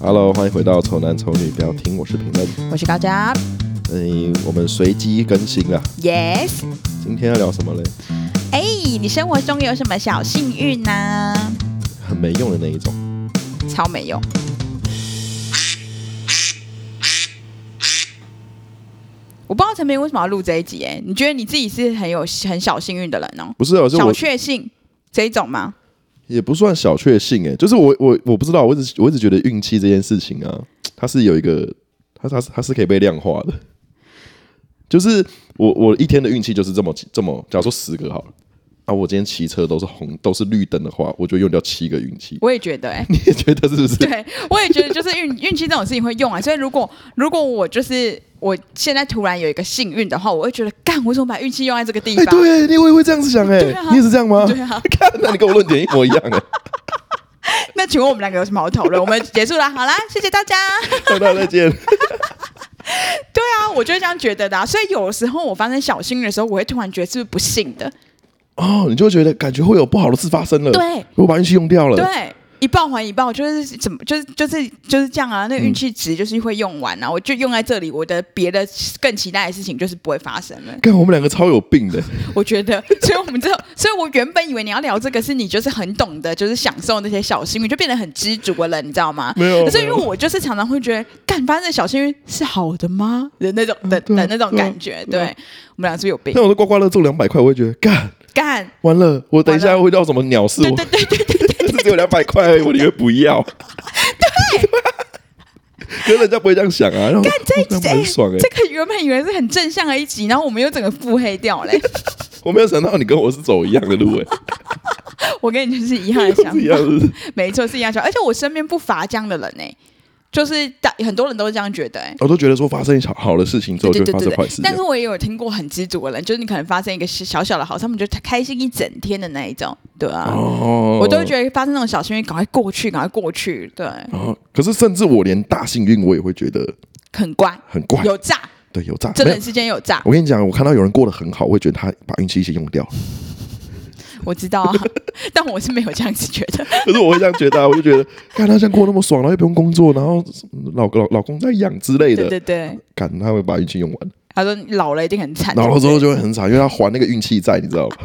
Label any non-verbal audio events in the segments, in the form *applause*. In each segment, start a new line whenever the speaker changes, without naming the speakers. Hello，欢迎回到《丑男丑女》，不要听，我是评论。
我是高佳
嗯，我们随机更新啊。
，Yes，
今天要聊什么嘞？
哎、你生活中有什么小幸运呢、
很没用的那一种。
超没用，我不知道陈明为什么要录这一集、哎，你觉得你自己是很有很小幸运的人哦、
不是、啊，是
小
我
确幸这一种吗？
也不算小确幸哎、就是我我我不知道，我一直我一直觉得运气这件事情啊，它是有一个，它它它是可以被量化的。就是我我一天的运气就是这么这么，假如说十个好了，啊，我今天骑车都是红都是绿灯的话，我就用掉七个运气。
我也觉
*laughs*
得、哎，
你也觉得是不是？
对，我也觉得就是运运气这种事情会用啊，所以如果如果我就是我现在突然有一个幸运的话，我会觉得干，我为什么把运气用在这个地
哎、
方？
对，你我也会这样子想哎、
对啊
你也是这样吗？
对啊，
*laughs* 看，那你跟我论点一模一样
*laughs*
哎、
那请问我们两个有什么好讨论？我们结束了，好啦，谢谢大家。
好
啊
大家再见。
对啊，我就是这样觉得的、啊。所以有时候我发生小幸运的时候，我会突然觉得是不是不幸的？
哦，你就会觉得感觉会有不好的事发生了，
对，
我把运气用掉了，
对，一报还一报，就是怎么，就是就是就是这样
嗯
啊。那个运气值就是会用完啊，我就用在这里，我的别的更期待的事情就是不会发生
*laughs*
了。
看我们两个超有病的，
我觉得，所以我们这，所以我原本以为你要聊这个，是你就是很懂得，就是享受那些小幸运，就变得很知足了，你知道吗？
没有
可是因
没
为
有
我就是常常会觉得，干，发生的小幸运是好的吗？的那种的
对啊
的那种
对啊
感觉，
对
对
啊
我们俩是不是有病
那，我说刮刮乐中两百块，我会觉得干
干。
完了，我等一下会遇到什么鸟事，
对
我 *laughs*
对对对对，
这只有两百块而已，我宁愿不要。可是人家不会这样想啊，然后
这一
这样
集
很爽哎、
这个原本以为是很正向的一集，然后我们又整个腹黑掉
*laughs*
嘞。
我没有想到你跟我是走一样的
*laughs*
路哎、
我跟你就是一样的想
是一样
法，
的，
没错是一样的想法，而且我身边不乏这样的人呢、就是大很多人都是这样觉得哎、
我都觉得说发生一场好的事情之后就会发生坏事一
但
样
是。我也有听过很知足的人，就是你可能发生一个小小的好事，他们就开心一整天的那一种，对啊，
哦
我都会觉得发生那种小幸运，赶快过去，赶快过去，对，
哦，可是甚至我连大幸运我也会觉得
很乖，
很怪，
有诈，
对，有诈，
这
没有
人世间有诈，
我跟你讲，我看到有人过得很好，我会觉得他把运气一起用掉。
我
*laughs*
知道啊，但我是没有这样子觉得，
可是我会这样觉得、啊，我就觉得，看他这样过那么爽，然后又不用工作，然后老老老公在养之类
对
的，
对对，
干他会把运气用完，
他说你老了一定很惨，
老了之后就会很惨，因为他还那个运气债，你知道吗？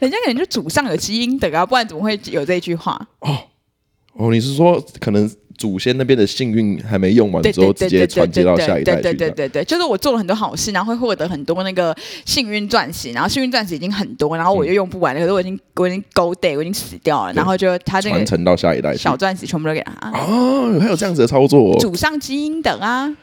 人家可能就祖上有基因的啊，不然怎么会有这句话？
哦，你是说可能祖先那边的幸运还没用完
对
之后，
对
哦直
对
接
对
传接
对
到下一
对
代
对
去？
对对对对，就是我做了很多好事，然后会获得很多那个幸运钻石，然后幸运钻石已经很多，然后我又用不完了，可是我已经我已经 go day，我已经死掉了，
对
然后就他
这
那
样传承
个
到下一代去。
小钻石全部都给他，
哦，还有这样子的操作、哦，
祖上基因的啊。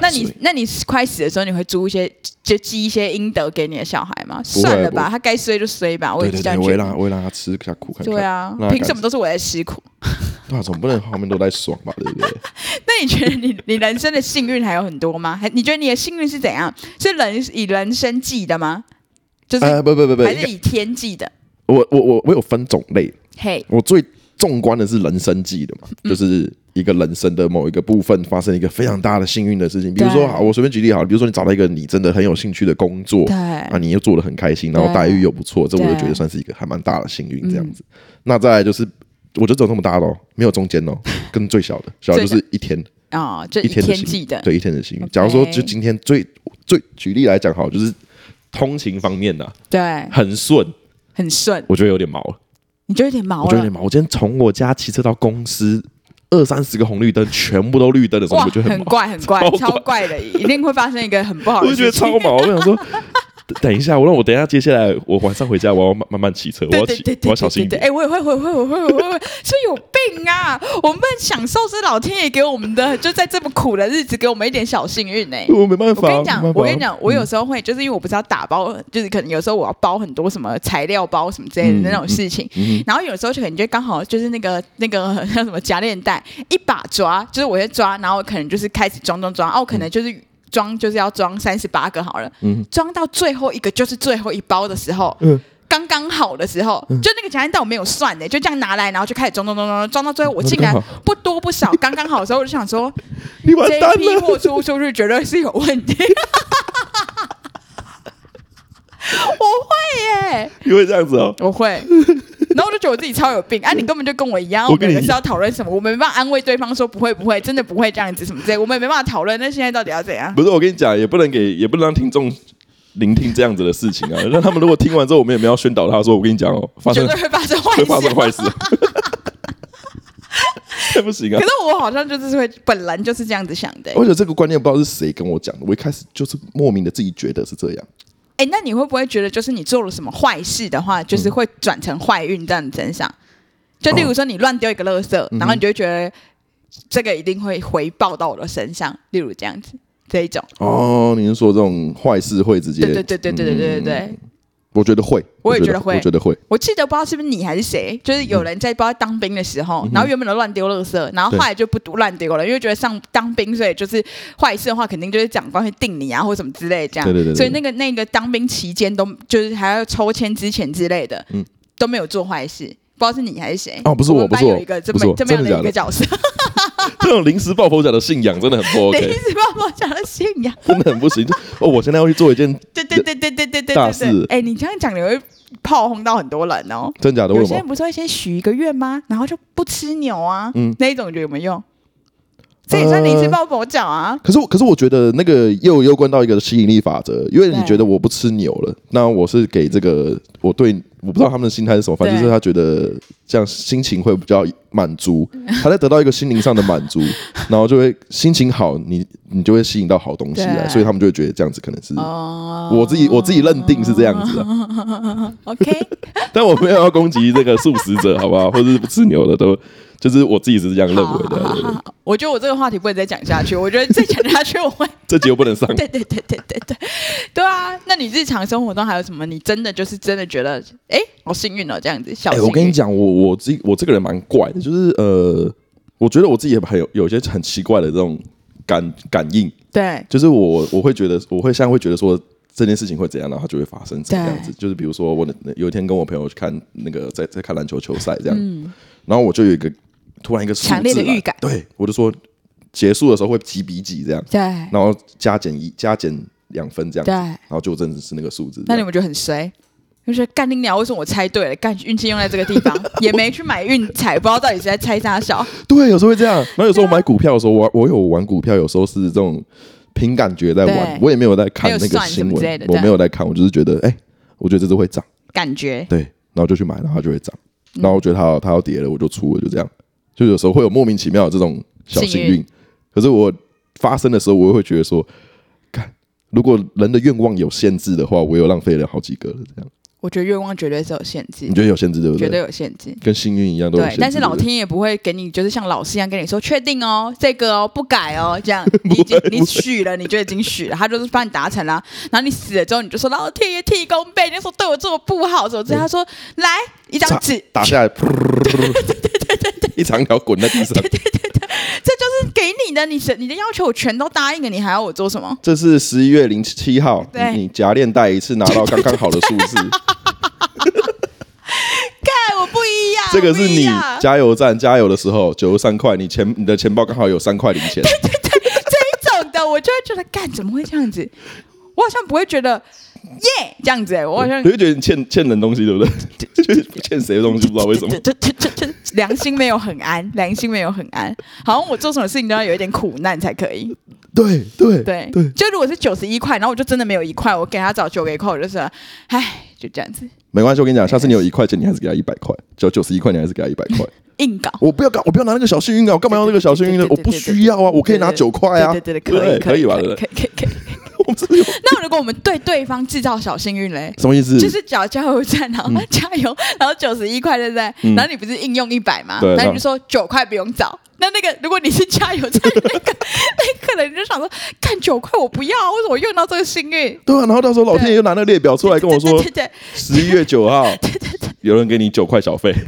那
所
你
以
那你快死的时候，你会租一些就积一些阴德给你的小孩吗？
会
算了
不
吧，
会
他该衰就衰吧，我
对
也
对
是这
对，
样
我
觉
会
得
让。我会让他吃下苦看看。
对啊
那，
凭
感
什么都是我在吃苦？
对啊，总不能他们都在爽吧，对不
*laughs*
对？
那你觉得你你人生的幸运还有很多吗？还你觉得你的幸运是怎样？是人以人生计的吗？就是、
啊，不不不不，
还
应
是
该
以天计的？
我我我我有分种类，
嘿、
我最纵观的是人生记的嘛，
嗯
就是一个人生的某一个部分发生一个非常大的幸运的事情，比如说
对
好，我随便举例好了，比如说你找到一个你真的很有兴趣的工作，啊，
对，
你又做的很开心，然后
对
待遇又不错，这我就觉得
对嗯
算是一个还蛮大的幸运这样子。那再来就是，我就只有这么大的哦，没有中间哦，跟最小的，小的就是一天
啊、就
哦一
以
天的
天
幸
计
运
的，
对一天的幸运。
OK
假如说就今天最最举例来讲好，就是通勤方面呢、
对，
很顺，
很顺，
我觉得有点毛了。
你就有点
我
毛
觉得有点
了，
毛。我今天从我家骑车到公司，二三十个红绿灯全部都绿灯的时候，
哇，
我就觉得
很
很毛，
怪，很怪
超，怪 *laughs*
超怪的，一定会发生一个很不好
我
的
就觉
事
得超
情。
毛。我想说，等等一下，我让我等一下，接下来我晚上回家，我要慢慢慢骑车，我
对
要
对
骑
对，
我
对
要小心一
对对，
点。
哎、我也会，会会，我会，我会，我会，是不是有病啊！我们不能享受是老天爷给我们的，就在这么苦的日子给我们一点小幸运呢、
我没办
哎我
法，
跟你讲
没办，法
我跟你，讲，
嗯
我有时候会，就是因为我不是要打包，就是可能有时候我要包很多什么材料包什么之
嗯
类的那种事情，然后有时候就可能就刚好就是那个那个 *laughs* 像什么夹链袋一把抓，就是我在抓，然后我可能就是开始装装装，哦、我可
嗯
能就是。装就是要装三十八个好了，装到最后一个就是最后一包的时候，
嗯
刚刚好的时候，就那个夹链袋我没有算的、就这样拿来，然后就开始装装装装装到最后，我
那哦
竟
刚
然
好
不多不少，刚刚好的时候，我就想说，
你完
这
蛋
一批
了。
货出出去绝对是有
*laughs*
问题。我会耶、
你会这样子哦？
我会，然后我就觉得我自己超有病，啊，你根本就跟我一样，
我
我
跟
们
你
两个是要讨论什么，我们没办法安慰对方说不会不会，真的不会这样子什么之类，我们也没办法讨论，那现在到底要怎样？
不是，我跟你讲，也不能给，也不能让听众聆听这样子的事情啊。 *laughs* 让他们如果听完之后，我们也没有要宣导他说，我跟你讲哦，发
绝
生
对会发生
*laughs*
坏
会发生
事。
坏事， *laughs* 那不行啊
可。是我好像就是会本人就是这样子想的、
我觉得这个观念不知道是谁跟我讲的，我一开始就是莫名的自己觉得是这样。
哎、那你会不会觉得，就是你做了什么坏事的话，就是会转成坏运在你身上？就例如说，你乱丢一个垃圾，然后你就会觉得这个一定会回报到我的身上，例如这样子这一种。
哦，你是说这种坏事会直接？嗯
对对对对对对对对对。
我觉得会，
我也
觉
觉得会
我觉得会。
我记得不知道是不是你还是谁，就是有人在不知道当兵的时
嗯
候，然后原本都乱丢垃圾，然后后来就不读乱丢了，因为觉得上当兵，所以就是坏事的话，肯定就是长官会定你啊，或什么之类这样。
对对对对
所以那个那个当兵期间都就是还要抽签之前之类的，
嗯
都没有做坏事。不知道是你还是谁
哦不是我
们班
不是我
有一个这
不是
么
我
这么样
真的假
的一
的
个角色，
*laughs* 这种临时抱佛脚的信仰真的很不 OK，
你一直把我讲的信仰，
真的很不行。就哦，我现在要去做一件
对对对对对对对
大
对
事
对，哎，你这样讲你会炮轰到很多人哦。
真假的，为
有
什
些
么
人？不是会先许一个愿吗？然后就不吃牛啊，
嗯
那一种你觉得有没有用？这也算临时
呃
抱佛脚啊。
可是我，可是我觉得那个又攸关到一个吸引力法则，因为你
对
觉得我不吃牛了，那我是给这个我对我不知道他们的心态是什么，反正
对
就是他觉得这样心情会比较满足，他在得到一个心灵上的满
*laughs*
足，然后就会心情好，你你就会吸引到好东西来，
对
所以他们就会觉得这样子可能是。
哦
我自己我自己认定是这样子的，
*laughs* OK，
但我没有要攻击这个素食者，好不好？或者是不吃牛的都，就是我自己是这样认
好
为的。
好
对对
好
对
好我觉得我这个话题不能再讲下去，我觉得再讲下去我会，，
这集又不能上
对对对对对对，对啊。那你日常生活中还有什么？你真的就是真的觉得，哎，好幸运哦，这样子。小
哎、
幸运、
我跟你讲，我我自己我这个人蛮怪的，就是呃，我觉得我自己也很有有一些很奇怪的这种感感应，
对
就是我我会觉得我会现在会觉得说这件事情会怎样，然后它就会发生怎么样子。就是比如说我有一天跟我朋友去看那个在在看篮球球赛这样，然后我就有一个突然一个数字
嗯强烈的
来
预感
对我就说结束的时候会几比几这样，
对
然后加减一加减两分这样子，
对
然后就真的是那个数字这样。
那你们觉得很衰？就觉得干你鸟，为什么我猜对了？干运气用在这个地方，也没去买运彩，不知道到底是在猜啥小。
对，有时候会这样。 *laughs* 然后有时候我买股票的时候，我
啊
我有玩股票，有时候是这种凭感觉在玩
对，
我也没有在看那
没有
个
算什
新
么之类
闻
的，
我
对啊
没有在看，我就是觉得，哎、我觉得这只会涨，
感觉
对，然后就去买，然后它就会涨，然后我觉得它要它要跌了，我就出了，就这样。就有时候会有莫名其妙的这种小幸
幸
运，可是我发生的时候，我又会觉得说，看，如果人的愿望有限制的话，我又浪费了好几个了。这样，
我觉得愿望绝对是有限制
你，觉得有限制对不
绝
对？
对有限制。
跟幸运一样都有限
对
制。，
但是老
对不对
天爷不会给你，就是像老师一样跟你说确定哦，这个哦不改哦，这样你已经你许了，你就已经许了，他就是帮你达成啦。然后你死了之后，你就说老天爷替功背，你就说对我做的不好，怎么之类他说来一张纸，
打下来，噗一长条滚在地上。
这就是给你的，你是你的要求我全都答应了，你还要我做什么？
这是十一月零七号，
对
你你夹链带一次拿到刚刚好的数字，
看我不一样，
这个是
我不一
你
样
加油站加油的时候九十三块，你钱你的钱包刚好有三块零钱，
这一种的，我就会觉得干怎么会这样子？我好像不会觉得耶这样子、欸，我好像
你会觉得你欠欠人东西，对不对？就是欠谁的东西，不知道为什么。
这这这这这良心没有很安，良心没有很安，好像我做什么事情都要有一点苦难才可以。
对对
对
对，
就如果是九十一块，然后我就真的没有一块，我给他找九个一块，我就说，唉，就这样子
没关系，我跟你讲，下次你有一块钱，你还是给他一百块；只要九十一块，你还是给他一百块。
硬搞。
我不要搞，我不要拿那个小幸运啊！我干嘛要那个小幸运呢？我
对对对对
不需要啊！我可以拿
对对对
九块啊！
对对对，
不
可以
可以吧？
可
对不对
以可以可以可以。
我们是有
那如果我们对对方制造小幸运嘞？
什么意思？
就是找加油站，然
嗯
后 *laughs* 加油，然后九十一块，对不对？然后你不是应用一百嘛？
对嗯
然后你就说九块不用找。那那个，如果你是加油站那
*laughs*
个那个人，你就想说，看九块我不要啊，为什么我用到这个幸运？
对啊，然后到时候老天爷又拿那个列表出来跟我说，
对对对
十一月九号，
*laughs*
有人给你九块小费， *laughs*
对，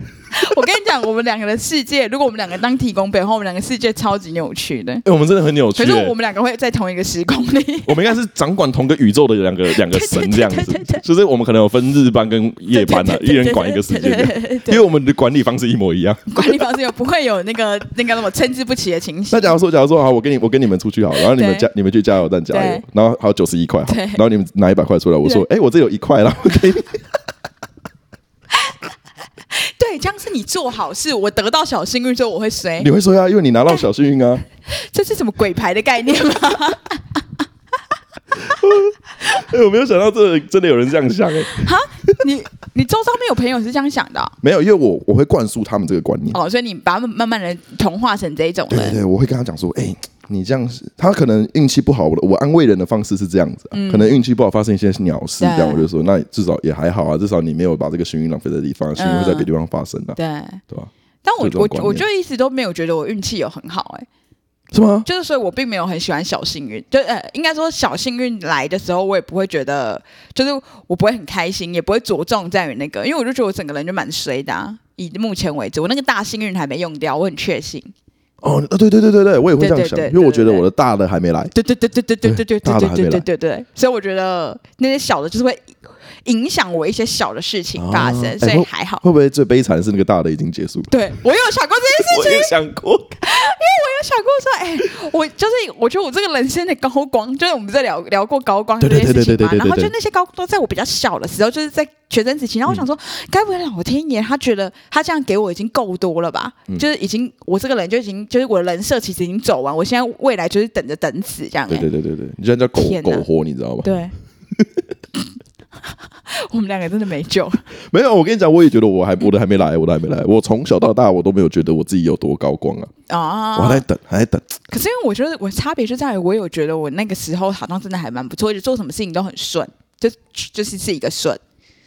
我跟你讲，我们两个的世界，如果我们两个当提供北的话，我们两个世界超级扭曲的。
哎、我们真的很扭曲、
可
欸。
是我们两个会在同一个时空里，
我们应该是掌管同个宇宙的两个两个神这样
*laughs* 对对对
子
对对，
就是我们可能有分日班跟夜班的、
对对对
一人管一个时间
对
的
对对对，
因
对
为我们的管理方式一模一
*laughs*
样。
管理方式又不会有那个那个什么参差不齐的情形
那。假如说，假如说好，我跟你我跟你们出去好，然后你们
对
加你们去加油站加油
对，
然后还有九十一块好，
对
然后你们拿 *laughs*
*laughs*
一百块出来，我说，哎、我这有一块，然后我给你，
对，这样是你做好事，我得到小幸运之后我会衰
你，会说呀、啊因为你拿到小幸运
*laughs*
啊。
这是什么鬼牌的概念吗？
哎、我没有想到这真的有人这样想哎、
你你周遭没有朋友是这样想的哦，
没有，因为我我会灌输他们这个观念。
哦所以你把他们慢慢的同化成这一种
对对
人，
对，我会跟他讲说，哎、你这样是，他可能运气不好，我我安慰人的方式是这样子、啊，可能运气不好发生一些鸟事，
嗯对
这样我就说，那至少也还好啊，至少你没有把这个幸运浪费在地方，幸运会在别地方发生啊，
对。
对吧？
但我
这种
我
观念
我就一直都没有觉得我运气有很好、哎，
是吗？
就是所以我并没有很喜欢小幸运，就呃，应该说小幸运来的时候，我也不会觉得，就是我不会很开心，也不会着重在于那个，因为我就觉得我整个人就蛮衰的、啊。以目前为止，我那个大幸运还没用掉，我很确信。
哦，啊对对对对对，我也会这样
对对
想，
对对
因为我觉得我的大的还没来。
对对对对对对对对
大的
对对
还没
对
来
对对对，所以我觉得那些小的就是会影响我一些小的事情发生，
啊哎
所以
会
还好。
会不会最悲惨的是那个大的已经结束了？
对我有想过这件事，
我也想过，
有想过说，哎、我就是我觉得我这个人生的高光，就是我们在聊聊过高光这
对对
件事
对对
情
对
嘛，
对对
然后就
对
那些高光都在我比较小的时候，就是在学生时期，然后我想说，该不会老天爷他觉得他这样给我已经够多了吧？
嗯
就是已经我这个人就已经就是我的人设其实已经走完，我现在未来就是等着等死这样、
对
哎
对对对对，你这样叫狗
天哪
狗活，你知道吗？
对， *laughs* 我们两个真的没救。
没有，我跟你讲，我也觉得我还我的还没来，我的还没来。我从小到大我都没有觉得我自己有多高光啊，
啊！
我还在等，还在等。
可是因为我觉得我差别就在于，我有觉得我那个时候好像真的还蛮不错，而且做什么事情都很顺，就就是是一个顺。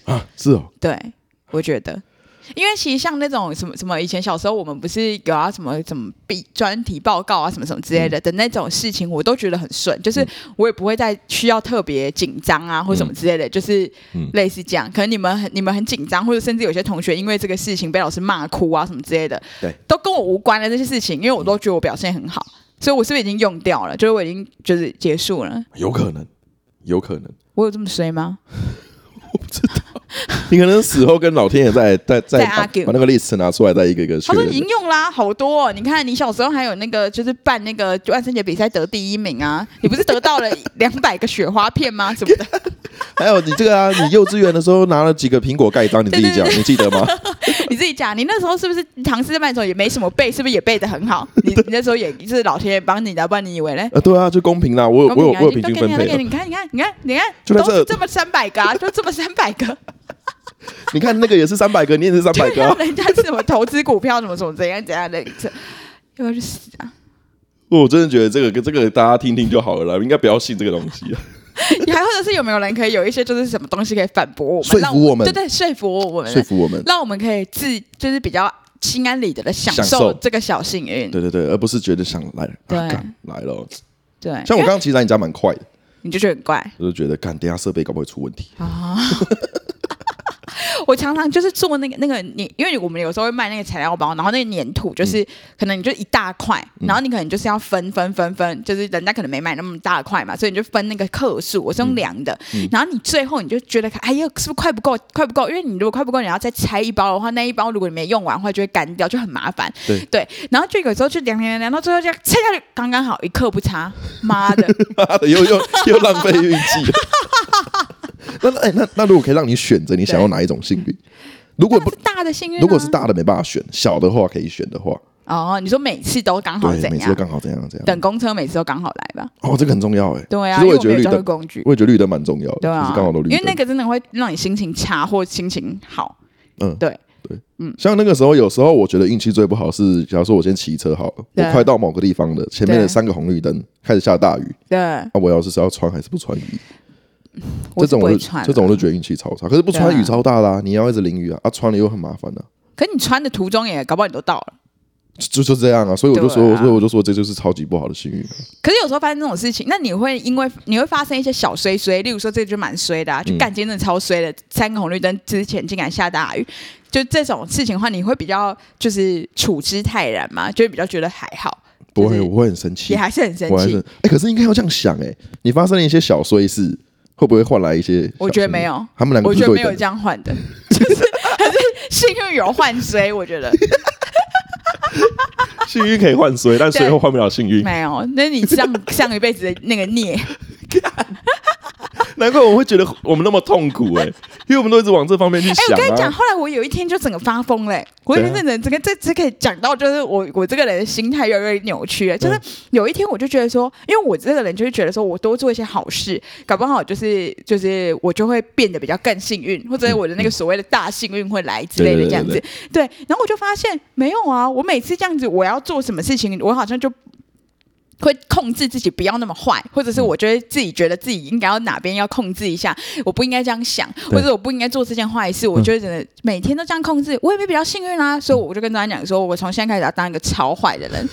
啊，是哦，
对，我觉得，因为其实像那种什么什么，以前小时候我们不是有啊什么什么毕专题报告啊什么什么之
嗯
类的的那种事情，我都觉得很顺，就是我也不会再需要特别紧张啊或什么之类的，就是
嗯
类似这样。可能你们很你们很紧张，或者甚至有些同学因为这个事情被老师骂哭啊什么之类的，
对，
都跟我无关的这些事情，因为我都觉得我表现很好。所以我是不是已经用掉了？就是我已经就是结束了。
有可能，有可能，
我有这么衰吗？
你可能死后跟老天爷再再再
再
把
argue
把那个历史拿出来，再一个一个确
他说
认
已。经用啦、好多、哦。你看，你小时候还有那个，就是办那个万圣节比赛得第一名啊，你不是得到了两百个雪花片吗？什么的？
还有你这个啊，你幼稚园的时候拿了几个苹果盖章，你自己讲，你记得
*laughs*
吗？
你自己讲，你那时候是不是唐诗在办的时候也没什么背，是不是也背的很好？你你那时候也是老天爷帮你的，不然你以为嘞？
啊，对啊，就公平啦，我有我有
公平啊
我有平均
就都
分
给你
配
啊
的。
都给你你看，你看，你看，你看，
就在这
都是这么三百个、啊，就这么三百个，
你看那个也是三百个，你也是三百
就
个
让
啊，
*laughs* 人家是什么投资股票，什么什么怎样怎样的，这要不要去死啊？
我真的觉得这个这个大家听听就好了啦，应该不要信这个东西啊。
你还或者是有没有人可以有一些就是什么东西可以反驳我们，
说服
让
我们
对 *laughs* 对，说服我们，啊
说服我们，
让我们可以自就是比较心安理得的享
享
受
受
这个小幸运。
对对对，而不是觉得想来
对
啊干来了。
对，
像我刚刚其实来你家蛮快的，
你就觉得很怪
我就觉得干，等一下设备搞不好会出问题。
啊。 *laughs* 我常常就是做那个那个你，因为我们有时候会卖那个材料包，然后那个粘土就是、
嗯
可能你就一大块，然后你可能就是要分分分分，就是人家可能没买那么大块嘛，所以你就分那个克数，我是用量
嗯
的，然后你最后你就觉得哎呀，是不是快不够，快不够？因为你如果快不够，你要再拆一包的话，那一包如果你没用完的话，就会干掉，就很麻烦。
对
然后就有时候就量量量量到最后这样拆下去，刚刚好一克不差，妈的， *laughs*
妈的，又又又浪费运气。 *laughs* 那那哎、那那如果可以让你选择，你想要哪一种幸运？如果 *laughs*
那
不
是大的幸运、啊。
如果是大的没办法选，小的话可以选的话，
哦，你说每次都刚好
对，
怎
每次
样
都？刚好怎样怎样。
等公车每次都刚好来吧？
哦，这个很重要哎、
对
嗯
啊，
其实我
因为
也
我
觉
没
得
有
绿
交通
灯，
工具。
我也觉得绿灯蛮重要的，
对
就
啊，
是刚好都绿
因
灯。
为那个真的会让你心情差或心情好。
嗯
对，
像那个时候，有时候我觉得运气最不好是，假如说我先骑车好了，
对
我快到某个地方了，前面的
对
三个红绿灯开始下大雨，啊
对，
那、我要是是要穿还是不穿雨衣？
我
这
是
种
不
我
会
就
穿啊。
这种我就觉得运气超差。可是不穿
对
雨
啊
超大啦、你要一直淋雨啊，啊穿了又很麻烦的、
可你穿的途中也搞不好你都到了。
就就这样啊，所以我就说，
对啊
所以我就说，这就是超级不好的幸运。啊
可是有时候发生这种事情，那你会因为你会发生一些小衰衰，例如说这就蛮衰的、啊，
嗯
就干今天真的超衰的，三个红绿灯之前竟然下大雨，就这种事情的话，你会比较就是处之泰然嘛，就会比较觉得还好，
不
就
会，
是
我会很生气
也，还是很生
我还是
气
哎。、可是应该要这样想哎、你发生了一些小衰事，会不会换来一些？
我觉得没有，
他们两个不
我
是
觉得
对
没有
等
这，样换的，就是 *laughs* 还是幸运有换衰，我觉得
*laughs* 幸运可以换衰，但
对
后换不了幸运。
没有。那你上上一辈子的那个孽，
难怪我会觉得我们那么痛苦哎、因为我们都一直往这方面去
哎、我
想
跟你讲，
啊。
后来我有一天就整个发疯嘞、我有一天真的整个这这可以讲到，就是我我这个人的心态越来越扭曲了。就是有一天我就觉得说，因为我这个人就是觉得说我多做一些好事，搞不好就是就是我就会变得比较更幸运，或者我的那个所谓的大幸运会来之类的
对对对
这样子。
对
对，然后我就发现没有啊，我每次这样子，我要做什么事情，我好像就。会控制自己不要那么坏，或者是
嗯
我觉得自己觉得自己应该要哪边要控制一下，我不应该这样想，或者我不应该做这件坏
嗯
事。我觉得真的每天都这样控制，我也没比较幸运啦、所以我就跟大家讲说，我从现在开始要当一个超坏的人，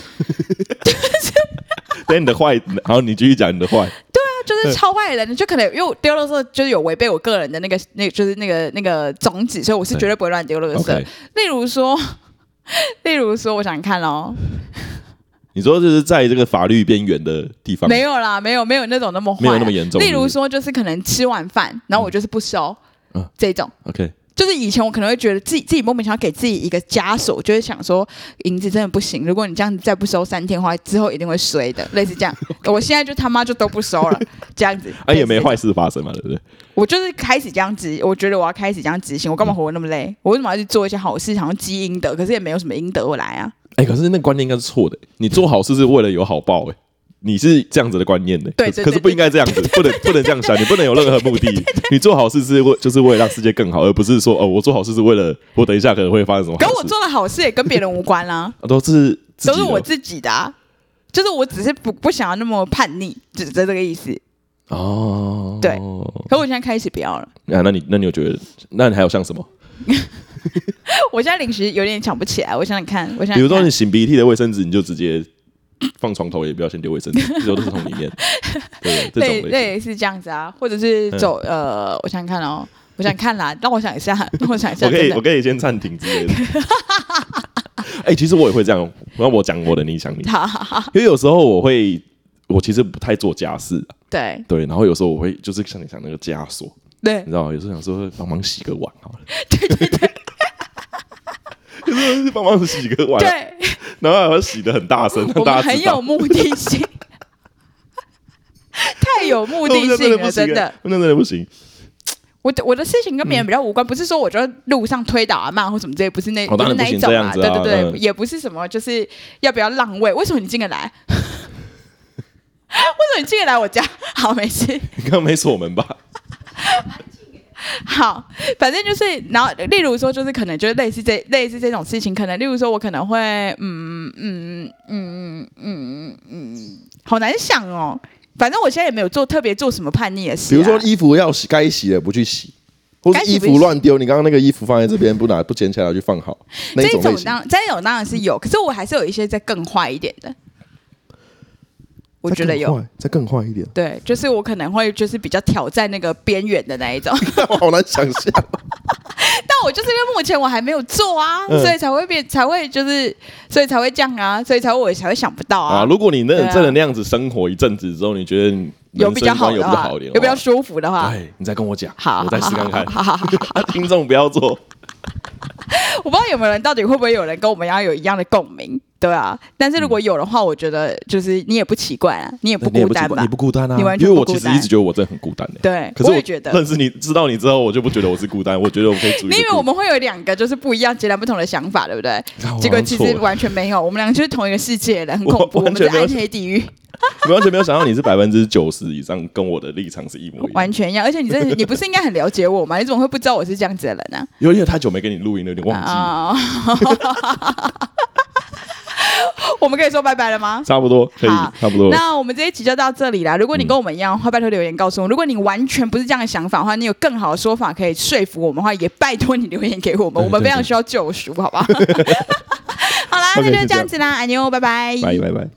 等你的坏，好，你继续讲你的坏。
那就是超坏的人，就可能因为我丢垃圾就是有违背我个人的那个那个就是那个那个宗旨，所以我是绝对不会乱丢垃圾。
OK，
例如说， *laughs* 例如说，我想看哦，
你说就是在这个法律边缘的地方，
没有啦，没有没有那种那么坏
没
啊、
有那么严重。
例如
是
说，就是可能吃完饭，然后我就是不收，
嗯
这种。
不是，OK，
就是以前我可能会觉得自己自己莫名其妙给自己一个枷锁，就是想说银子真的不行，如果你这样子再不收三天的话，之后一定会衰的，类似这
*laughs*
样。我现在就他妈就都不收了，这样子。
啊也没
类似这样
坏事发生嘛，对不对？
我就是开始这样执，我觉得我要开始这样执行，我干嘛活得那么
嗯
累？我为什么要去做一些好事，想要积阴德？可是也没有什么阴德会来啊。
哎、可是那观念应该是错的、你做好事是为了有好报、哎，你是这样子的观念的、
对
可是
对对
可是不应该这样子，不能不能这样想，你不能有任何目的。你做好事是为就是为了让世界更好，而不是说哦，我做好事是为了我等一下可能会发生什么好
可
事。
我做的好事也跟别人无关啦、
啊都是 *laughs* 自己
都
的
是我自己的、啊，就是我只是不不想要那么叛逆，只是这个意思。
哦，
对可我现在开始不要了，
啊，那你那你有觉得，那你还有像什么？
我现在临时有点想不起来，我想想看，我想想看
比如说你擤鼻涕的卫生纸，你就直接放床头，也不要先丢卫
*laughs*
生纸，丢垃圾桶里面。对，这
对
种类型。嗯
对是这样子啊，或者是走、呃，我想想看哦，我想看啦，让我想一下，让我想一下，
我可
真
以
的
我可以先暂停之类的。 *laughs* 哎、其实我也会这样，然后我讲我的，你讲你的，
好好好，
因为有时候我会，我其实不太做家事，
*laughs* 对
对，然后有时候我会就是像你讲那个枷锁，
对
你，知道吗？有时候想说帮忙洗个碗好了，对 *laughs* 对对，有时候帮忙洗个碗，
对，
然后还要洗的很大 *laughs* 声，让
我
大
们
家
很
知
有
道。
目的性，
*laughs*
太有目的
那
性
真的不
了，
行
真
*laughs*
的。，
那真的不行。
我的我的事情跟
嗯
别人比较无关，不是说我就路上推倒阿曼或什么之类，不是那、
哦当然
是那一
不行
种
这
啊，
样子
对
啊
对对，
嗯
也不是什么就是要不要浪费。为什么你进得来？ *laughs* 为什么你进得来我家？ *laughs* 好，没事。
你刚没锁
*laughs*
门
啊
吧？
好，反正就是，然后例如说，就是可能就是类似这类似这种事情，可能例如说我可能会，嗯嗯嗯嗯嗯嗯，好难想哦。反正我现在也没有做特别做什么叛逆的
比
事、啊，
如说衣服要洗，该洗的不去洗，或
该
是
洗
衣
不去
服乱丢，你刚刚那个衣服放在这边不拿不捡起来去放好，那一
这
种类
种
型。
当这种当然是有，可是我还是有一些再更坏一点的，我觉得有。，
再更坏，再更坏一点
对，就是我可能会就是比较挑战那个边缘的那一种，
我 *laughs* 好难想象。
*laughs* 但我就是因为目前我还没有做啊，
嗯
所以才会变，才会就是，所以才会这样啊，所以才会我才会想不到
啊，
啊。
如果你那
对啊
真的那样子生活一阵子之后，你觉得你
有
人
比
生
较好
观有
的
比较
话
好一，点，哦
有比较舒服的话，
对，你再跟我讲，
好，
我再
好
试看看。
好好好好，好
*laughs* 听众不要做，
我不知道有没有人到底会不会有人跟我们要有一样的共鸣，对啊。但是如果有的话，我觉得就是你也不奇怪啊，你也 *laughs* 不
你也
孤
不
单
奇怪
吧
你？不孤单啊，
你完
因
全
为
不
我
孤
其实
单
一直觉得我真的很孤单欸
对，
可是
我也觉得
认识你知道你之后，我就不觉得我是孤单，我觉得我
*laughs*
可以组一个
你以为
孤
我们会有两个就是不一样、截然不同的想法，对不对？
啊我
结果
好像
其
错
实
了
完全没有，我们两个就是同一个世界的，很
我
恐怖。我
完
们是
全没有
暗黑地狱，
我完全没有想到你是百分之九十以上跟我的立场是一模一样
完。全一样。而且你这你不是应该很了解我吗？你怎么会不知道我是这样子的人呢、
因为因为太久没跟你录音了，有点忘记， *laughs*
啊！ *laughs* 我们可以说拜拜了吗？
差不多可以
好，
差不多嗯了。
那我们这一集就到这里啦。如果你跟我们一样的话，拜托留言告诉我。如果你完全不是这样的想法的话，你有更好的说法可以说服我们的话，也拜托你留言给我们，我们非
*laughs*
常需要救赎，好不好？好啦，那
OK，
就
就这
这样
样
子啦，爱妞，拜拜，
拜拜拜。